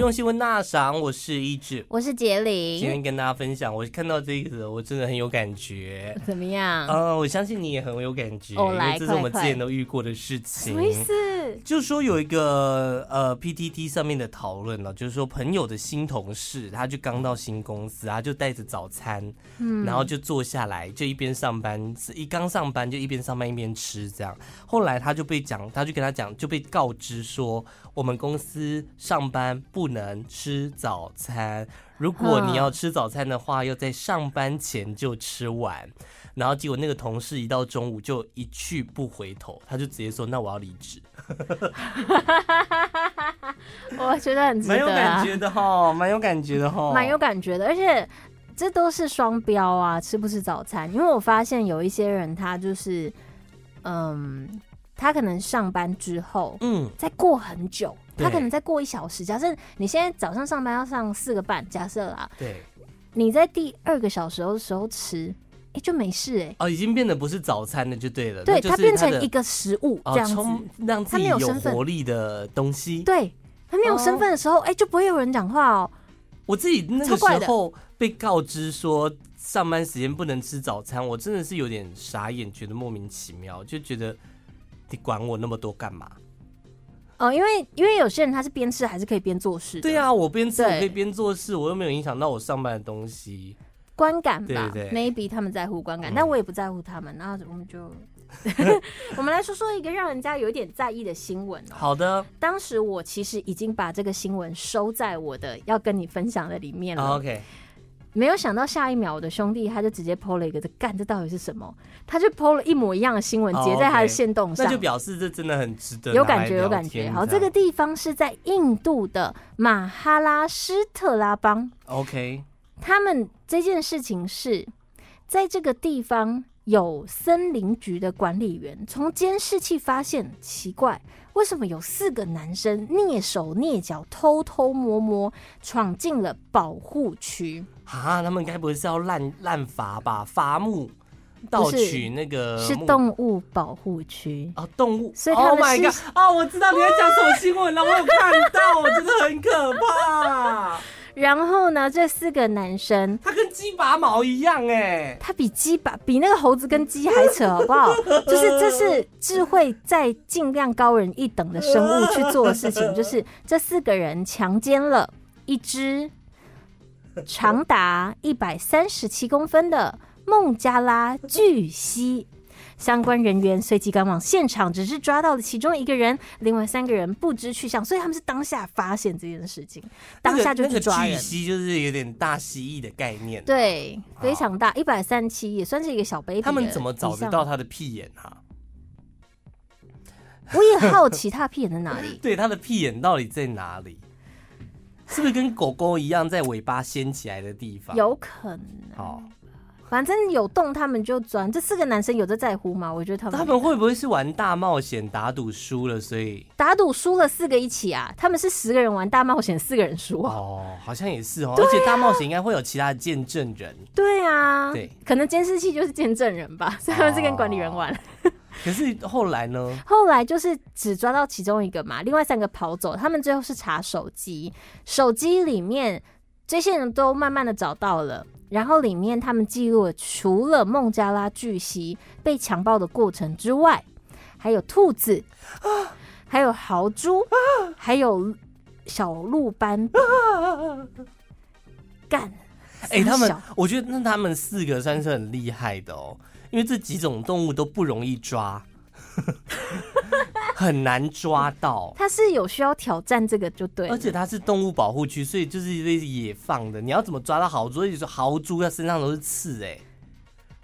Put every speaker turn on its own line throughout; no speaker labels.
众新闻那赏，我是一志。
我是杰
今
林，
天跟大家分享，我看到这个，我真的很有感觉。
怎么样？
嗯，我相信你也很有感觉，
哦
因
来
为这是我们之
快
前
快
都遇过的事情。
什么意思？
就说有一个呃 PTT 上面的讨论呢，就是说朋友的新同事，他就刚到新公司，他就带着早餐，然后就坐下来，就一边上班，是一刚上班就一边上班一边吃这样。后来他就被讲，他就跟他讲，就被告知说，我们公司上班不能吃早餐，如果你要吃早餐的话，要在上班前就吃完。然后结果那个同事一到中午就一去不回头，他就直接说：“那我要离职。”
我觉得很值
蛮有
得
感
啊，
觉哦的 哈，蛮有感觉的哈，
蛮有感觉的，而且这都是双标啊，吃不吃早餐？因为我发现有一些人他就是，嗯，他可能上班之后
嗯，
再过很久，他
对
可能再过一小时。假设你现在早上上班要上四个半，假设啦，
对，
你在第二个小时的时候吃，哎、就没事哎、
哦，已经变得不是早餐了，就对了，
对，
那就是
它变
它
成
的
一个食物这
哦，
样子，
充让自
它
己
没有
有
身份
活力的东西。
对。他没有身
哦
份的时候，哎、就不会有人讲话哦。
我自己那个
超怪
时
的
候被告知说上班时间不能吃早餐，我真的是有点傻眼，觉得莫名其妙，就觉得你管我那么多干嘛？
哦，因为因为有些人他是边吃还是可以边做事，
对，啊，我边吃我
对
可以边做事，我又没有影响到我上班的东西。
观感吧
对对
m a y b e 他们在乎观感，
嗯
但我也不在乎他们，那我们 就，我们来说说一个让人家有点在意的新闻哦。
好的
当时我其实已经把这个新闻收在我的要跟你分享的里面了，
，OK，
没有想到下一秒我的兄弟他就直接 PO 了一个，这干这到底是什么？他就 PO 了一模一样的新闻
哦
截在他的
OK
线动上，
那就表示这真的很值得
有
拿来
感觉，有
聊
感觉。
天
好，这
样
个地方是在印度的马哈拉施特拉邦，
OK，
他们这件事情是在这个地方有森林局的管理员从监视器发现，奇怪，为什么有四个男生蹑手蹑脚、偷偷摸摸闯进了保护区？
啊，他们该不会是要滥滥伐吧？伐木盗取那个
是
木
动物保护区。
啊动物，
所以他
Oh
们
my
是
god！啊，我知道你在讲什么新闻了，我有看到，我觉得很可怕。
然后呢，这四个男生
它跟鸡拔毛一样哎、
它比鸡吧，比那个猴子跟鸡还扯，好不 好？就是这是智慧在尽量高人一等的生物去做的事情， 就是这四个人强奸了一只长达一百三十七公分的孟加拉巨蜥。相关人员随即赶往现场，只是抓到了其中一个人，另外三个人不知去向，所以他们是当下发现这件事情， 当下就
那
去
个
抓
那
人。
个巨蜥就是有点大蜥蜴的概念。，
对，非
好
常大，一百三七也算是一个小 baby。
他们怎么找得到？它的屁眼啊？
我也好奇他屁眼在 哪里。
对，它的屁眼到底在哪里？是不是跟狗狗一样在尾巴掀起来的地方？哦
有可能，
好，
反正有洞他们就钻。这四个男生有在在乎吗？我觉得他们
他们会不会是玩大冒险打赌输了，所以？
打赌输了四个一起啊，他们是十个人玩大冒险，四个人输啊。
哦，好像也是哦，而且大冒险应该会有其他的见证人，
对啊，
对，
可能监视器就是见证人吧，所以他们是跟管理员玩。
可是后来呢？
后来就是只抓到其中一个嘛，另外三个跑走。他们最后是查手机，手机里面这些人都慢慢的找到了。然后里面他们记录了除了孟加拉巨蜥被强暴的过程之外，还有兔子，还有豪猪，还有小鹿斑比干。
哎、他们
小，
我觉得那他们四个算是很厉害的哦，因为这几种动物都不容易抓， 很难抓到，
他是有需要挑战这个就对了，
而且它是动物保护区，所以就是类似野放的，你要怎么抓到豪猪？而且说豪猪它身上都是刺、哎，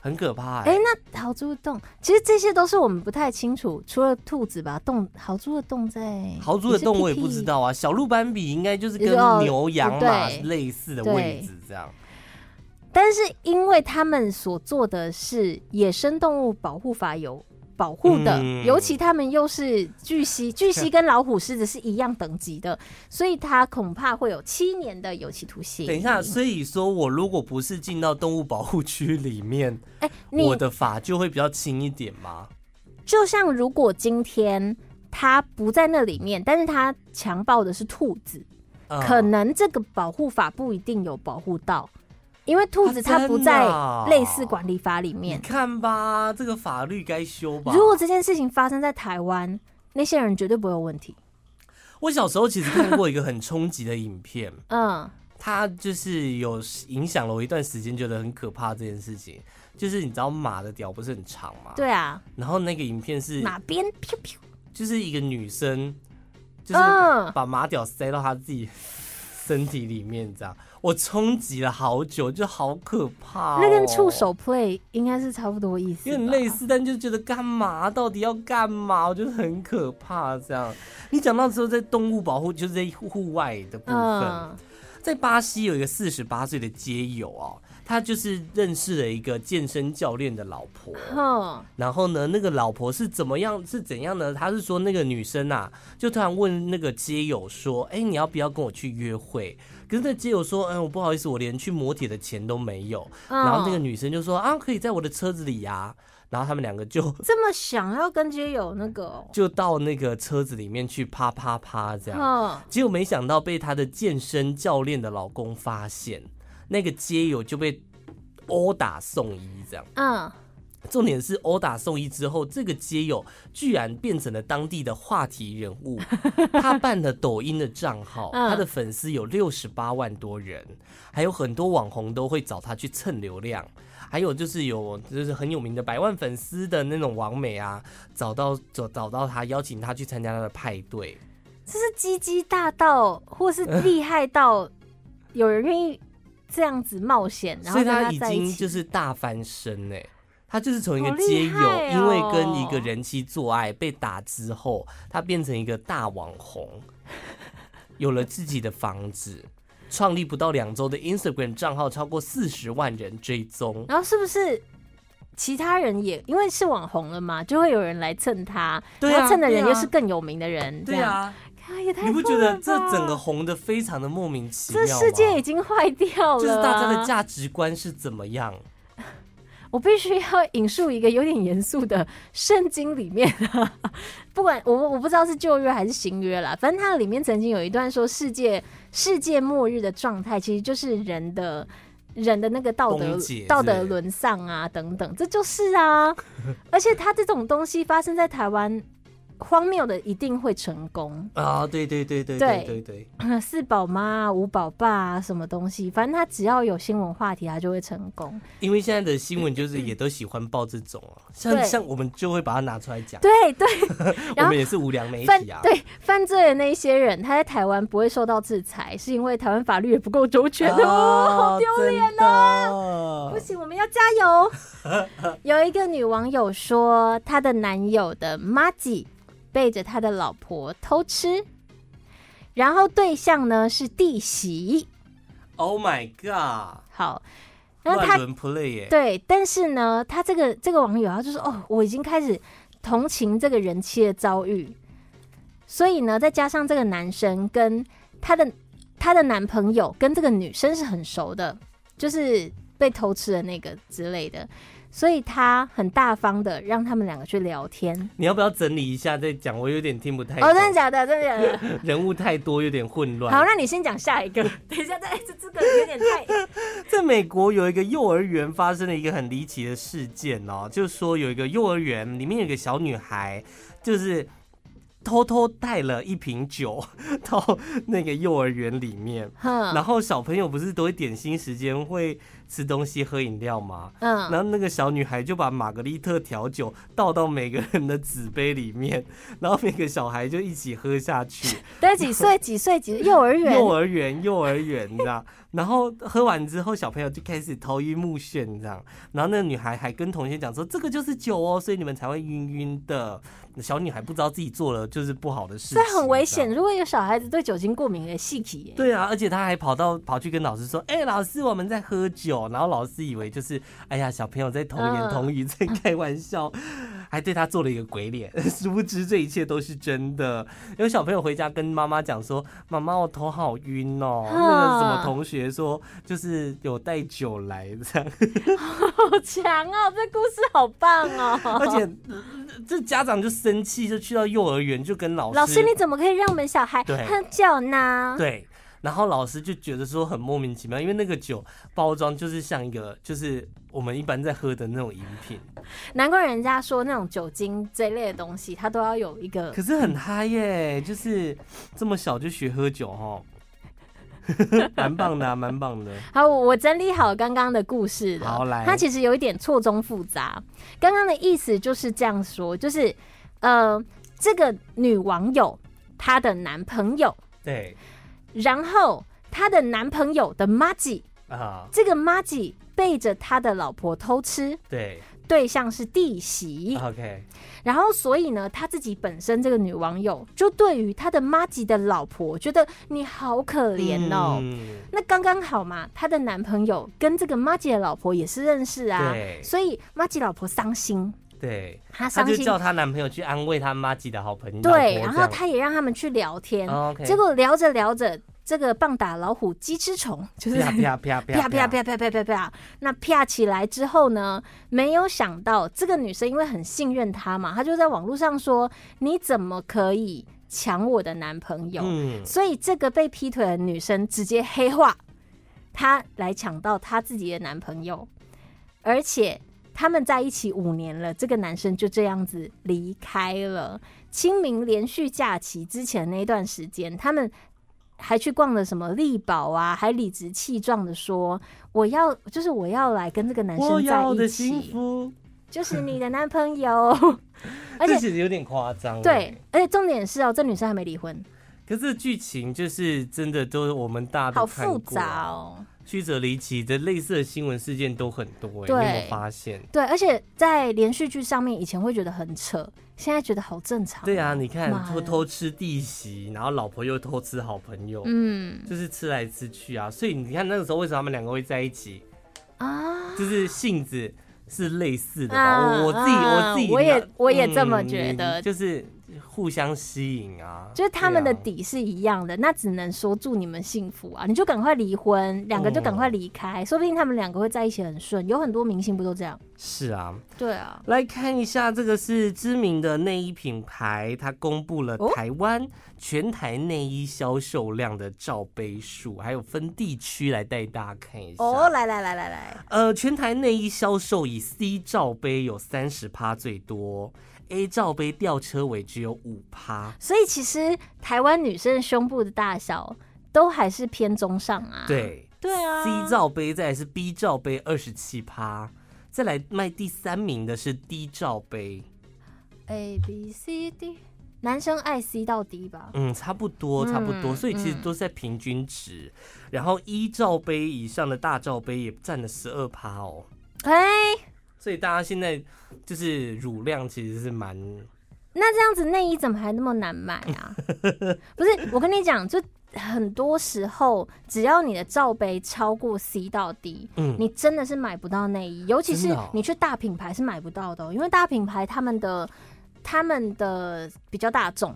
很可怕、哎、
哎、那豪猪的洞，其实这些都是我们不太清楚，除了兔子吧，洞豪猪的洞在
豪猪的洞我也不知。道啊，小鹿斑比应该就是跟牛羊马
哦对
类似的位置这样。
也是屁屁但是因为他们所做的是《野生动物保护法》有保护的，
嗯
尤其他们又是巨蜥，巨蜥跟老虎、狮子是一样等级的，所以他恐怕会有七年的有期徒刑。
等一下，所以说我如果不是进到动物保护区里面，
哎、你
我的法就会比较轻一点吗？
就像如果今天他不在那里面，但是他强暴的是兔子，
嗯
可能这个保护法不一定有保护到，因为兔子
啊
它
真
不
的
在
啊
类似管理法里面
你。看吧，这个法律该修吧。
如果这件事情发生在台湾，那些人绝对不会有问题。
我小时候其实看过一个很冲击的影片，
嗯，
它就是有影响了我一段时间，觉得很可怕这件事情。就是你知道马的屌不是很长吗？。
对啊，
然后那个影片是
哪边飘飘，
就是一个女生，就是
嗯
把马屌塞到她自己身体里面，这样我冲击了好久，就好可怕、哦。
那跟触手 play 应该是差不多意思，
有点类。似，但就觉得干嘛？到底要干嘛？我觉得很可怕。这样，你讲到之后，在动物保护，就是在户外的部分，
嗯，
在巴西有一个四十八岁的街友哦，他就是认识了一个健身教练的老 婆。
哼，
然后呢，那个老婆是怎么样？是怎样呢？他是说那个女生啊，就突然问那个街友说：“哎，你要不要跟我去约会？”可是那街友说：“哎，我不好意思，我连去摩铁的钱都没有。”然后那个
嗯
女生就说：“啊，可以在我的车子里呀、然后他们两个就
这么想要跟街友那个哦，
就到那个车子里面去啪啪啪这样。
嗯，
结果没想到被她的健身教练的老公发现，那个街友就被殴打送医这样。
嗯，
重点是殴打送医之后，这个街友居然变成了当地的话题人物。他办了抖音的账号，
嗯
他的粉丝有六十八万多人，还有很多网红都会找他去蹭流量。还有就是有就是很有名的百万粉丝的那种网美啊，找到找找到他，邀请他去参加他的派对。
这是鸡鸡大到，或是
呃
厉害到有人愿意这样子冒险，然
所
后
以
跟
他
他
已
在一
经
起，
就是大翻身哎、他就是从一个
好厉
街友，
害
因为
哦
跟一个人妻做爱被打之后，他变成一个大网红，有了自己的房子，创立不到两周的 Instagram 账号超过四十万人追踪。
然后是不是其他人也因为是网红了嘛，就会有人来蹭他，
对啊
然后蹭的人
对啊
又是更有名的人，
对啊，
这样，啊，也太
你不觉
酷了
得这
吧
整个红的非常的莫名其妙
这
吗？
世界已经坏掉了啊、
就是大家的价值观是怎么样？
我必须要引述一个有点严肃的圣经里面， 不管我我不知道是旧约还是新约啦，反正它里面曾经有一段说世界世界末日的状态，其实就是人的人的那个道德
崩解
道
之
德
类的
沦丧啊等等，这就是啊，而且它这种东西发生在台湾，荒谬的一定会成功。
啊，对对对对
对
对对对，
四宝妈啊、五宝爸啊，什么东西，反正它只要有新闻话题，它就会成功。
因为现在的新闻就是也都喜欢报这种啊，像
嗯对
像我们就会把它拿出来讲。
对对，
我
然后
们也是无良媒
犯
体啊。
对犯罪的那一些人，他在台湾不会受到制裁，是因为台湾法律也不够周全
啊
哦， 好丢脸
脸哦
不行，我们要加油！ 有一个女网友说，她的男友的妈吉背着他的老婆偷吃，然后对象呢是弟媳。
！Oh my god！
好，然后
乱
他
伦 play 耶，
对，但是呢，他这个这个网友他就说，哦，我已经开始同情这个人妻的遭遇，所以呢，再加上这个男生跟他的他的男朋友跟这个女生是很熟的，就是被偷吃的那个之类的，所以他很大方的让他们两个去聊天。
你要不要整理一下再讲？我有点听不太懂
哦，，真的假的？真的假的？
人物太多，有点混乱。
好，那你先讲下一个， 等一下再这这个有 点太
在美国有一个幼儿园发生了一个很离奇的事件哦，就是说有一个幼儿园里面有一个小女孩，就是偷偷带了一瓶酒 到那个幼儿园里面，然
哼
后小朋友不是都会点心时间会吃东西喝饮料吗？然
嗯，
后那个小女孩就把玛格丽特调酒倒到每个人的纸杯里面， 然后每个小孩就一起喝下 去。
但几岁？几岁？几幼儿园？
幼儿园，幼儿园，你知道？然后喝完之后，小朋友就开始头晕目眩，你知道？然后那个女孩还跟同学讲说：“这个就是酒哦，所以你们才会晕晕的。”小女孩不知道自己做了就是不好的事情，
这很危
你
险。
知道。
如果有小孩子对酒精过敏的细体耶，
对啊，而且她还跑到跑去跟老师说：“哎、老师，我们在喝酒。”然后老师以为就是哎呀，小朋友在童言
嗯
童语，在开玩笑，还对她做了一个鬼脸。 殊不知这一切都是真的。有小朋友回家跟妈妈讲说：“妈妈，我头好晕哦。”那个什么同学说，就是有带酒来这样，
好强哦！这故事好棒哦！
而且呃这家长就生气，就去到幼儿园就跟老师
老师，你怎么可以让我们小孩
对
喝酒呢？
对。然后老师就觉得说很莫名其妙，因为那个酒包装就是像一个就是我们一般在喝的那种饮品，
嗯难怪人家说那种酒精这一类的东西，它都要有一个
可是很嗨耶，就是这么小就学喝酒哦， 蛮棒的、啊，蛮棒的。
好，我我整理好刚刚的故事了。
好来
它其实有一点错综复杂。刚刚的意思就是这样说，就是呃，这个女网友她的男朋友，
对
然后她的男朋友的妈吉，
啊，
这个妈吉背着他的老婆偷吃，
对
对象是弟媳。
，OK，
然后，所以呢，她自己本身这个女网友就对于她的妈吉的老婆，觉得你好可怜哦。
嗯
那刚刚好嘛，她的男朋友跟这个妈吉的老婆也是认识啊，
对
所以妈吉老婆伤心，
对，
她
她
伤
就
心，
叫她男朋友去安慰她妈吉的好朋友，
对，
老
然
婆
后她也让他们去聊
这
天，
样哦，OK，
结果聊着聊着，这个棒打老虎鸡吃虫， 就是
啪啪啪
啪
啪
啪啪啪啪啪啪，那啪起来之后呢，没有想到这个女生因为很信任他嘛，她就在网络上说：“你怎么可以抢我的男朋友？”
嗯，
所以这个被劈腿的女生直接黑化，她来抢到她自己的男朋友，而且他们在一起五年了，这个男生就这样子离开了。清明连续假期之前那段时间，他们。还去逛了什么力宝啊，还理直气壮的说我要，就是我要来跟这个男
我
生在
要的
一
幸
起，
福，
就是你的男朋友。而
这
且
其实有点夸张，
对。，而且重点是哦，这女生还没离婚，
可是剧情就是真的都是我们大家
好
都看
复
过啊
杂哦。
曲折离奇的类似的新闻事件都很多、欸，
对
你有没有发现？
对，而且在连续剧上面，以前会觉得很扯，现在觉得好正常。
对啊，，你看
哦妈呀
偷偷吃弟媳，然后老婆又偷吃好朋友，
嗯
就是吃来吃去啊。所以你看那个时候为什么他们两个会在一起，
啊
就是性子是类似的吧？
啊
我我自己、
啊
我自己
我也
拿
我也这么觉
你
得
就是互相吸引啊，
就是他们的
对
底是一样的，那只能说祝你们幸福啊！你就赶快离婚，两个就赶快离开，说不定他们两个会在一起很顺。有很多明星不都这样？
啊是啊。
对啊，
来看一下，这个是知名的内衣品牌，它公布了
哦
台湾全台内衣销售量的罩杯数，还有分地区来带大家看一下。
哦，来来来来来，
呃，全台内衣销售以 C 罩杯有三十趴最多，A 罩杯吊车尾只有五趴。
所以其实台湾女生胸部的大小都还是偏中上啊。
对、
对啊
c 罩杯再来是 B 罩杯二十七趴，再来卖第三名的是 D 罩杯，
，A B C D，男生爱 C 到 D 吧。
嗯，差不多，差不多，
嗯
所以其实都是在平均值。然后一罩杯以上的大罩杯也占了十二趴哦，
哎、
所以大家现在就是乳量其实是蛮
那这样子内衣怎么还那么难买 啊？不是，我跟你讲，就很多时候，只要你的罩杯超过 C 到 D，
嗯
你真的是买不到内衣，尤其
真
是
的哦
你去大品牌是买不到的哦、因为大品牌他们的他们的比较大众，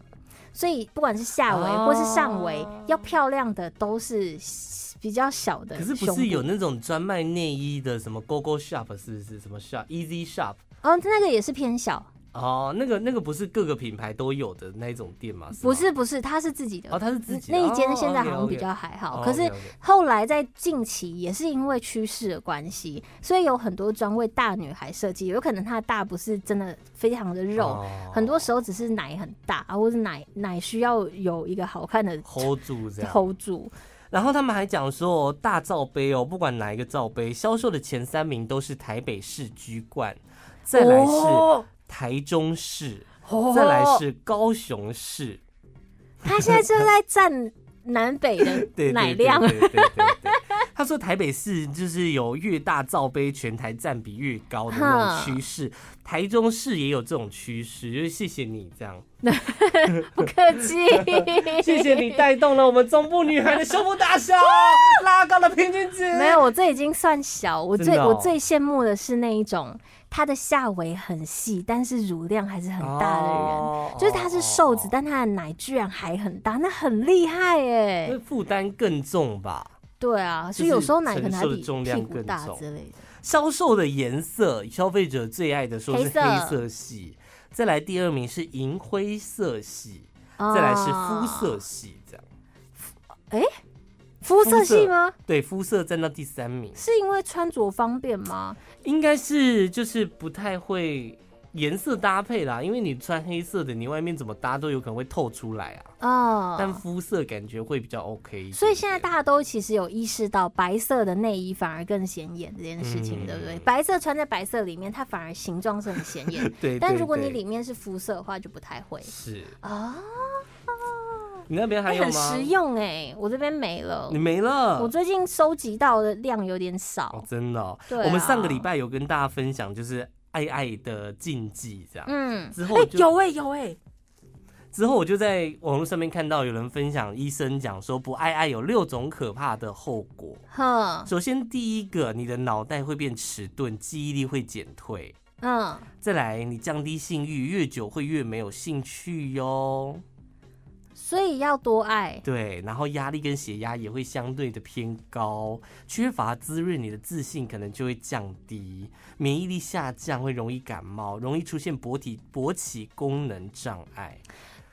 所以不管是下围
哦
或是上围，要漂亮的都是比较小的
可
胸
是
部。
不是有那种专卖内衣的什么 GoGo Shop 是不是什么 Shop Easy Shop
哦，那个也是偏小，
哦，那个那个不是各个品牌都有的那一种店吗？吗
不，是不是，它是自己的
哦，它是自己
那一间
哦
现在好像
OK，OK
比较还好，
哦
可是
OK，OK
后来在近期也是因为趋势的关系，所以有很多专为大女孩设计，有可能她的大不是真的非常的肉，
哦
很多时候只是奶很大，啊或者奶奶需要有一个好看的
hold 住这样。
hold 住。
然后他们还讲说，大罩杯哦，不管哪一个罩杯，销售的前三名都是台北市居冠，再来是
哦
台中市，
哦
再来是高雄市。
她现在就在占南北
对
的
对
奶
对
量
对。对对对对他说台北市就是有越大罩杯全台占比越高的那种趋势，台中市也有这种趋势，就是谢谢你这样，
不客气，
谢谢你带动了我们中部女孩的胸部大 小，拉高了平均值。
没有，我这已经算 小。我最、
真的哦
我最羡慕的是那一种，他的下围很细，但是乳量还是很大的人。
哦
就是他是瘦子，
哦
但他的奶居然还很大，那很厉害哎、
那负担更重吧。
对啊，所以
就是
有时候奶可能还
承受
比
的重
屁
量
股
更
大
重
之类的。
销售的颜色，消费者最爱的说是
黑色
黑色系，再来第二名是银灰色系，
啊
再来是肤色系，这样。
哎肤色系吗？
对，肤色占到第三名，
是因为穿着方便吗？
应该是就是不太会颜色搭配啦，因为你穿黑色的，你外面怎么搭都有可能会透出来啊。
哦，
但肤色感觉会比较 OK 一点
所以现在大家都其实有意识到，白色的内衣反而更显眼这件事情，
嗯，
对不对？白色穿在白色里面，它反而形状是很显眼
对，
但
对
如果你
对
里面是肤色的话，就不太会
是
啊。
你那边还
哎
有
很
吗？
实用哎，我这边没了
你。呃没了，
我最近收集到的量有点
哦
少，，
真的、哦，
对啊
我们上个礼拜有跟大家分享，就是爱爱的禁忌这样。
嗯，
啊之后
哎
我，就、
有哎有哎，
之后我就在网络上面看到有人分享，医生讲说不爱爱有六种可怕的后果。
嗯哼，
首先第一个，你的脑袋会变迟钝，记忆力会减退。
嗯，
再来，你降低性欲，越久会越没有兴趣哟。
所以要多爱，
对，然后压力跟血压也会相对的偏高，缺乏滋润，你的自信可能就会降低，免疫力下降，会容易感冒，容易出现勃体勃起功能障碍。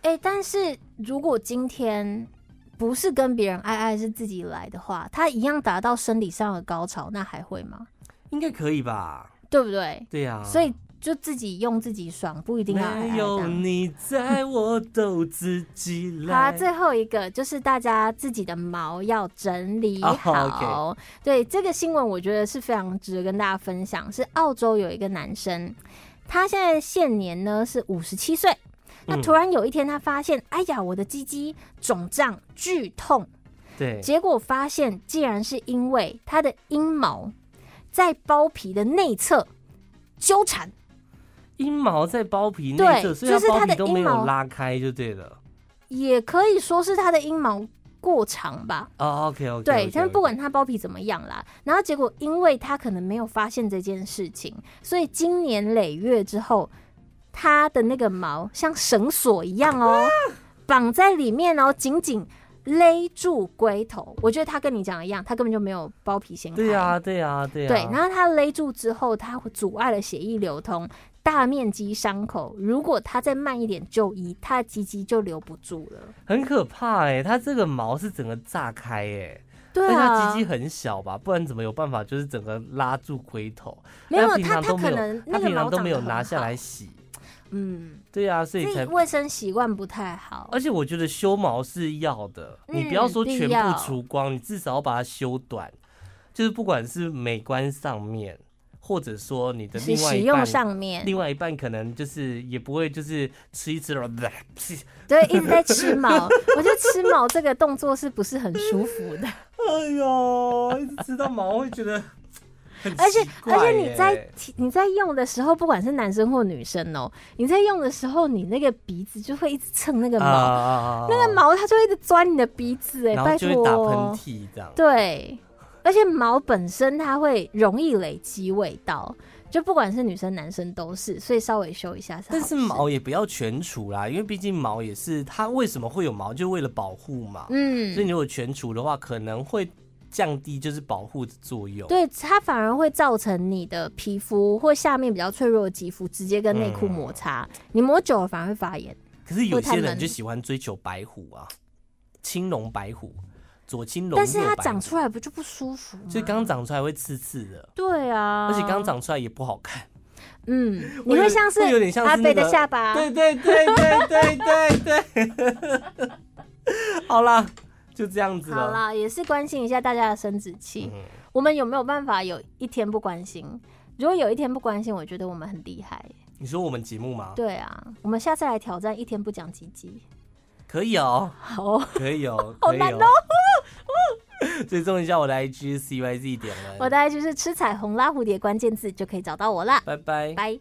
哎、但是如果今天不是跟别人爱爱，是自己来的话，他一样达到生理上的高潮，那还会吗？
应该可以吧？
对不对？
对呀、啊，
所以就自己用自己爽，不一定要哎爱
没
爱
有
当。
你在，我都自 己
好啊，
来。
最后一个就是大家自己的毛要整理
哦
好。对这个新闻，我觉得是非常值得跟大家分享。是澳洲有一个男生，他现在现年呢是五十七岁，那
嗯
突然有一天他发现，哎呀，我的鸡鸡肿胀剧痛，
对，
结果发现，竟然是因为它的阴毛在包皮的内侧纠缠，
阴毛在包皮内
对
侧，所以
就是
它包
它
皮
的
都没
阴
有
毛
拉开就对了。
也可以说是它的阴毛过长吧。
哦，OK，OK，OK，OK、o k OK，
对，但是不管它包皮怎么样啦，然后结果因为他可能没有发现这件事情，所以经年累月之后，它的那个毛像绳索一样哦，绑在里面哦，紧紧勒住龟头。我觉得他跟你讲的一样，他根本就没有包皮掀开。
对呀、啊对呀、对呀、
对，然后它勒住之后，它会阻碍了血液流通，大面积伤口。如果它再慢一点就医，它的鸡鸡就留不住了。
很可怕哎、它这个毛是整个炸开哎、
对
而且它
啊，
鸡鸡很小吧，不然怎么有办法就是整个拉住龟头？
没有
它平
它，
常
它
都没
可
有
能
它
那个
平常
毛
都
长
没
得
有
很
拿下
好
来，洗，
嗯，
对啊，所以
自己
才。
卫生习惯不太好。
而且我觉得修毛是要的，
嗯
你不要说全
必要
部除光，你至少要把它修短，就是不管是美观上面，或者说你的
是
另外
使
一
用
半，
上面，
另外一半可能就是也不会就是吃一吃哎了，
对，一直在吃毛， 我觉得吃毛这个动作是不是很舒 服的？
哎呦，一直吃到毛会觉得很
而且
奇怪
而且你
耶
在你在用的时候，不管是男生或女生哦、你在用的时候，你那个鼻子就会一直蹭那个毛，
啊
那个毛它就一直钻你的鼻子、哎，
然
拜
后就会打
托
喷，嚏这样。
对，而且毛本身它会容易累积味道，就不管是女生男生都是，所以稍微修一下是好
但
事
是，毛也不要全除啦，因为毕竟毛也是它为什么会有毛，就为了保护嘛。所以
嗯，
你如果全除的话，可能会降低就是保护的作用。
对，它反而会造成你的皮肤或下面比较脆弱的肌肤直接跟内
嗯
裤摩擦，你磨久了反而会发炎。
可是有
会太
些人
闷
就喜欢追求白虎啊，青龙白虎，左青龙，
但是
右
它
白
长
虎
出来不就不舒服吗？
所以刚长出来会刺刺的，
对啊，
而且刚，长出来也不好看。
嗯，
会
你
有
会像是
会有点像是
阿北
那
的
个
下巴，
对对对对对对 对。好啦，就这样子
好
了。
啦，也是关心一下大家的生殖器。
嗯
我们有没有办法有一天不关心？如果有一天不关心，我觉得我们很厉害。
你说我们节目吗？
对啊，我们下次来挑战一天不讲鸡鸡。
可以哦，
好、哦，
可以哦，
好
可以
难
哦。 追踪一下我的 IG CYZ 点
我
了，
大概就是吃彩虹拉蝴蝶关键字就可以找到我啦。
拜拜。
拜。